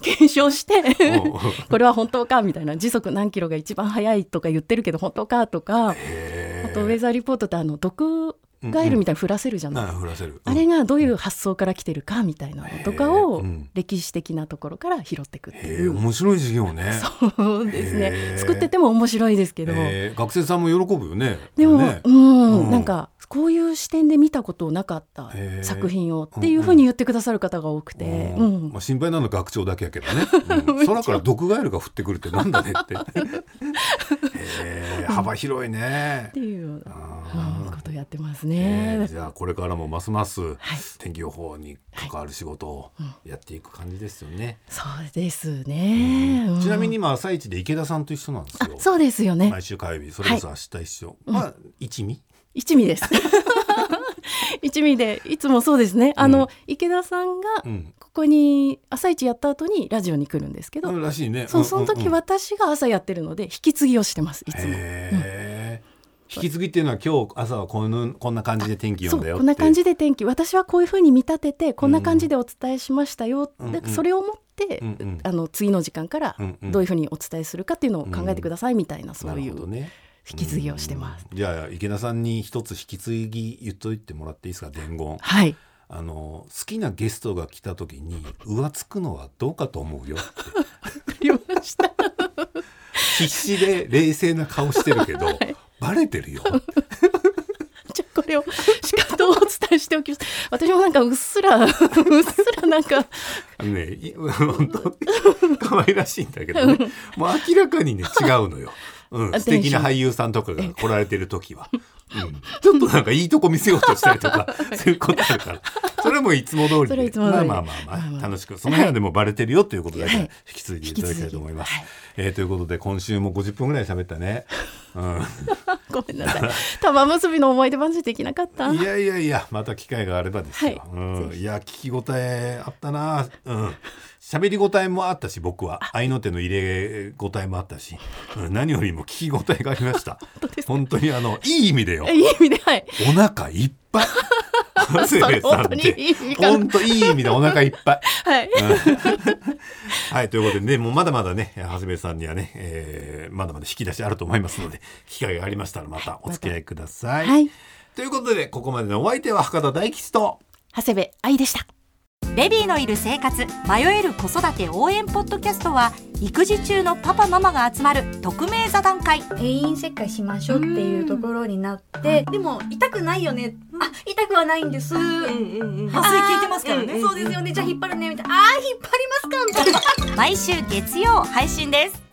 検証してうんうんこれは本当かみたいな時速何キロが一番速いとか言ってるけど本当かとかあとウェザーリポートってあの毒ガエルみたいに降らせるじゃな いなあ振らせるあれがどういう発想から来てるかみたいなのとかへーをうん歴史的なところから拾っていくってへいーう、面白い授業ねそうですへーね作ってても面白いですけど、えー学生さんも喜ぶよねでも、ねうん、うんなんかこういう視点で見たことなかったへー作品をっていうふうに言ってくださる方が多くて、ううんんまあ、心配なのは学長だけやけ どね、うん空から毒ガエルが降ってくるってなんだねってへー幅広いねっていうような、うんあことをやってますーえーね。じゃあこれからもますますはい天気予報に関わる仕事をやっていく感じですよね、そうですね、うんちなみに今朝一で池田さんと一緒なんですあよそうですよね、毎週火曜日それこそ明日一緒、まあ一味 一味です一味でいつもそうですねあの、うん池田さんがうんここに朝一やった後にラジオに来るんですけど、らしいねそうんんんその時私が朝やってるので引き継ぎをしてますいつも。へー引き継ぎっていうのは今日朝はこのこんな感じで天気そ読んだうよってこんな感じで天気私はこういうふうに見立ててこんな感じでお伝えしましたよ、うんでうんそれを持って、うんうんあの次の時間からうんうんどういうふうにお伝えするかっていうのを考えてくださいみたいな、そういなるほどうね引き継ぎをしてます。うんじゃあ池田さんに一つ引き継ぎ言っといてもらっていいですか伝言 はいあの好きなゲストが来た時に浮つくのはどうかと思うよってわかりました必死で冷静な顔してるけ ど、バレてるよじゃあこれをしかとお伝えしておきます私もなんかうっすら うっすらなんか あのねい 本当に可愛らしいんだけどねもう明らかにね違うのよ、うん、あ素敵な俳優さんとかが来られてる時は、うん、ちょっとなんかいいとこ見せようとしたりと かそういうことあるからそれもいつも通りでそれはいつも通りでまあまあまあ、まあままあ、あ楽しくその辺はでもバレてるよということだけはい引き継いでいただきたいと思います。引きえーということで今週も50分ぐらい喋ったね。うんごめん なさい玉結びの思い出話できなかったいやいやいや、また機会があればですよ。はうん、いや、聞き応えあったな。うん。喋り応えもあったし、僕は愛の手の入れ応えもあったし、うん何よりも聞き応えがありま した。本当にあのいい意味でよ。いい意味ではいお腹いっぱ い。長谷部さんっ本当にていい意味かな本当いい意味でお腹いっぱい。はい はい、ということでね、もうまだまだね、長谷部さんにはね、えーまだまだ引き出しあると思いますので、機会がありましたらまたお付き合いください。はいということで、ここまでのお相手は博多大吉と、長谷部愛でしたベビーのいる生活迷える子育て応援ポッドキャストは育児中のパパママが集まる匿名座談会定員切開しましょうっていうところになって、でも痛くないよね、あ痛くはないんです、麻酔効いてますからねうんそうですよねじゃあ引っ張るねみたいなあー引っ張りますかみたいな毎週月曜配信です